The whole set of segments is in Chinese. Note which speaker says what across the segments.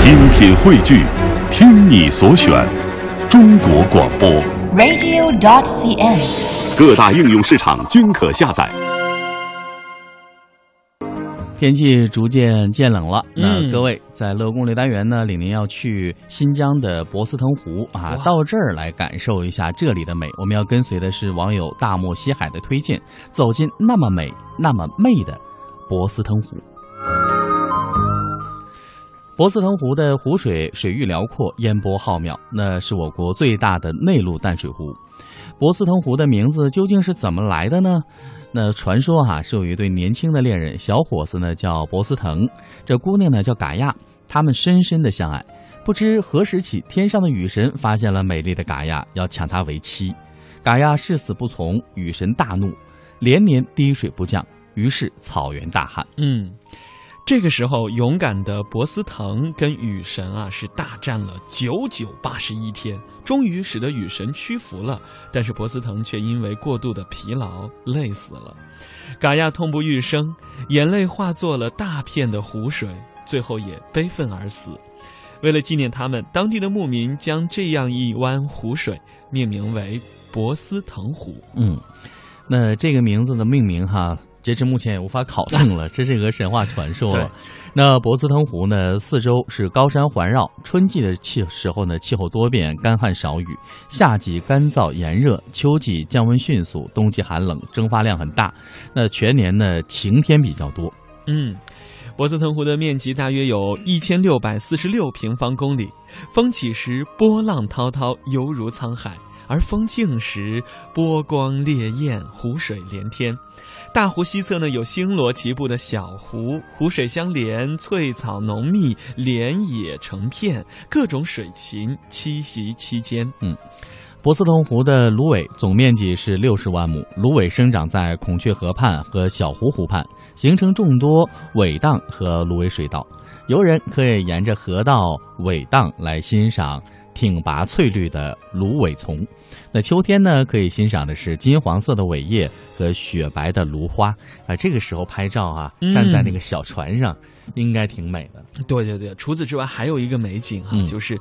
Speaker 1: 精品汇聚，听你所选，中国广播。
Speaker 2: radio.cn。
Speaker 1: 各大应用市场均可下载。
Speaker 3: 天气逐渐渐冷了，那
Speaker 4: 嗯
Speaker 3: 各位在乐攻略单元呢，领您要去新疆的博斯腾湖啊，
Speaker 4: 哇
Speaker 3: 到这儿来感受一下这里的美。我们要跟随的是网友大漠西海的推荐，走进那么美那么媚的博斯腾湖。博斯腾湖的湖水水域辽阔，烟波浩渺，那是我国最大的内陆淡水湖。博斯腾湖的名字究竟是怎么来的呢？那传说啊，是有一对年轻的恋人，小伙子呢叫博斯腾，这姑娘呢叫嘎亚，他们深深的相爱。不知何时起，天上的雨神发现了美丽的嘎亚，要抢她为妻。嘎亚誓死不从，雨神大怒，连年滴水不降，于是草原大旱。
Speaker 4: 嗯，这个时候，勇敢的博斯腾跟雨神啊是大战了九九八十一天，终于使得雨神屈服了。但是博斯腾却因为过度的疲劳累死了，嘎亚痛不欲生，眼泪化作了大片的湖水，最后也悲愤而死。为了纪念他们，当地的牧民将这样一湾湖水命名为博斯腾湖。
Speaker 3: 嗯，那这个名字的命名哈，截至目前也无法考证了，这是一个神话传说
Speaker 4: 对
Speaker 3: 了。那博斯腾湖呢，四周是高山环绕，春季的气时候呢，气候多变，干旱少雨；夏季干燥炎热，秋季降温迅速，冬季寒冷，蒸发量很大。那全年呢，晴天比较多。
Speaker 4: 嗯，博斯腾湖的面积大约有一千六百四十六平方公里，风起时波浪滔滔，犹如沧海；而风静时波光潋滟，湖水连天。大湖西侧呢有星罗棋布的小湖，湖水相连，翠草浓密，莲野成片，各种水禽栖息其间。
Speaker 3: 博斯腾湖的芦苇总面积是六十万亩，芦苇生长在孔雀河畔和小湖湖畔，形成众多苇荡和芦苇水道。游人可以沿着河道苇荡来欣赏挺拔翠绿的芦苇丛。那秋天呢，可以欣赏的是金黄色的苇叶和雪白的芦花啊。这个时候拍照啊，
Speaker 4: 嗯
Speaker 3: 站在那个小船上，应该挺美的。
Speaker 4: 对对对，除此之外还有一个美景啊，
Speaker 3: 嗯
Speaker 4: 就是。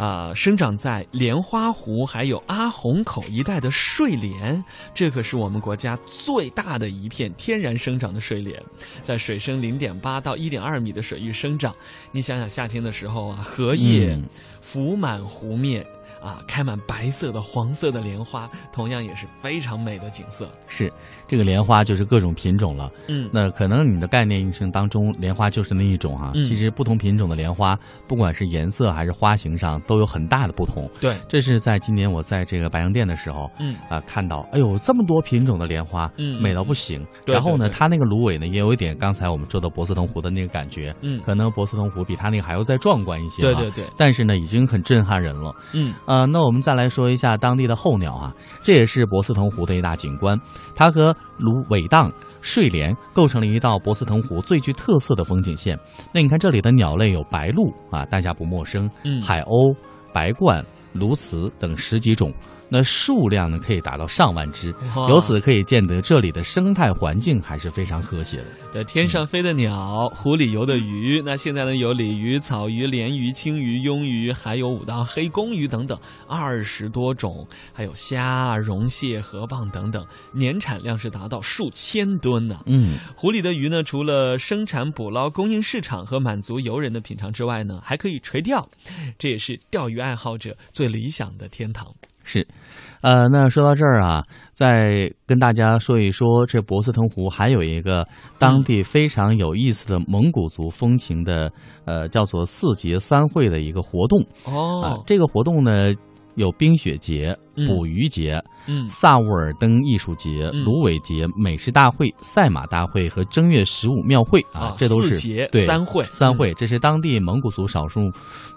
Speaker 4: 啊、生长在莲花湖还有阿洪口一带的睡莲，这可是我们国家最大的一片天然生长的睡莲，在水深零点八到一点二米的水域生长。你想想夏天的时候啊，荷叶
Speaker 3: 嗯
Speaker 4: 浮满湖面，啊，开满白色的、黄色的莲花，同样也是非常美的景色。
Speaker 3: 是，这个莲花就是各种品种了。
Speaker 4: 嗯，
Speaker 3: 那可能你的概念一生当中，莲花就是那一种哈、
Speaker 4: 嗯
Speaker 3: 其实不同品种的莲花，不管是颜色还是花型上，都有很大的不同。
Speaker 4: 对，
Speaker 3: 这是在今年我在这个白洋淀的时候，
Speaker 4: 嗯
Speaker 3: 啊、看到，哎呦，这么多品种的莲花，
Speaker 4: 嗯
Speaker 3: 美到不行。
Speaker 4: 对
Speaker 3: 然后呢，
Speaker 4: 对对
Speaker 3: 它那个芦苇呢，也有一点刚才我们说的博斯腾湖的那个感觉，
Speaker 4: 嗯，
Speaker 3: 可能博斯腾湖比它那个还要再壮观一些、
Speaker 4: 对对。对，
Speaker 3: 但是呢，已经很震撼人了。
Speaker 4: 嗯
Speaker 3: 呃，那我们再来说一下当地的候鸟啊，这也是博斯腾湖的一大景观。它和芦苇荡、睡莲构成了一道博斯腾湖最具特色的风景线。那你看这里的鸟类有白鹭啊，大家不陌生，
Speaker 4: 嗯，
Speaker 3: 海鸥、白冠、鸬鹚等十几种，那数量呢可以达到上万只。
Speaker 4: 哇
Speaker 3: 由此可以见得，这里的生态环境还是非常和谐的。
Speaker 4: 对，呃天上飞的鸟，湖里游的鱼，那现在呢有鲤鱼、草鱼、鲢鱼、青鱼、鳙鱼，还有五道黑公鱼等等，二十多种，还有虾、啊绒蟹、河蚌等等，年产量是达到数千吨呢、
Speaker 3: 嗯，
Speaker 4: 湖里的鱼呢，除了生产捕捞、供应市场和满足游人的品尝之外呢，还可以垂钓，这也是钓鱼爱好者最理想的天堂。
Speaker 3: 是，呃，那说到这儿啊，再跟大家说一说，这博斯腾湖还有一个当
Speaker 4: 嗯
Speaker 3: 地非常有意思的蒙古族风情的，呃，叫做四节三会的一个活动啊、
Speaker 4: 哦，
Speaker 3: 这个活动呢，有冰雪节、
Speaker 4: 嗯
Speaker 3: 捕鱼节、
Speaker 4: 嗯
Speaker 3: 萨沃尔登艺术节、
Speaker 4: 嗯
Speaker 3: 芦苇节、美食大会、赛马大会和正月十五庙会啊，这都是
Speaker 4: 哦四节
Speaker 3: 对
Speaker 4: 三会，嗯
Speaker 3: 三会，这是当地蒙古族少数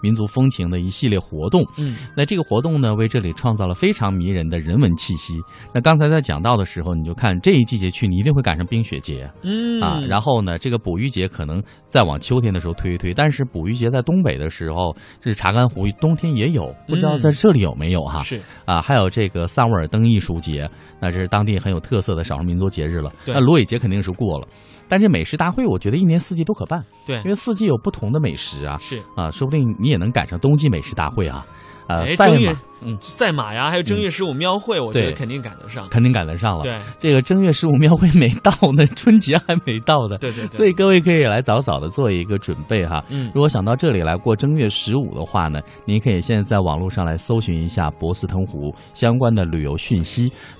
Speaker 3: 民族风情的一系列活动。
Speaker 4: 嗯，
Speaker 3: 那这个活动呢，为这里创造了非常迷人的人文气息。那刚才在讲到的时候，你就看这一季节去，你一定会赶上冰雪节
Speaker 4: 嗯
Speaker 3: 啊。然后呢，这个捕鱼节可能再往秋天的时候推一推，但是捕鱼节在东北的时候，这是查干湖冬天也有，不知道在这里有有没有哈、
Speaker 4: 嗯是
Speaker 3: 啊，还有这个萨沃尔登艺术节，那这是当地很有特色的少数民族节日了。
Speaker 4: 对
Speaker 3: 那罗伟节肯定是过了，但这美食大会我觉得一年四季都可办，
Speaker 4: 对
Speaker 3: 因，为四季有不同的美食啊
Speaker 4: 是。
Speaker 3: 啊，说不定你也能赶上冬季美食大会啊。呃，
Speaker 4: 哎，
Speaker 3: 赛
Speaker 4: 正月
Speaker 3: 马，嗯，
Speaker 4: 赛马呀，还有正月十五庙会，我觉得
Speaker 3: 对
Speaker 4: 肯定赶得上。
Speaker 3: 肯定赶得上了。
Speaker 4: 对，
Speaker 3: 这个正月十五庙会没到呢，春节还没到呢，
Speaker 4: 对对对。
Speaker 3: 所以各位可以来早早的做一个准备哈。
Speaker 4: 嗯
Speaker 3: 如，果想到这里来过正月十五的话呢，您可以现在在网络上来搜寻一下博斯腾湖相关的旅游讯息。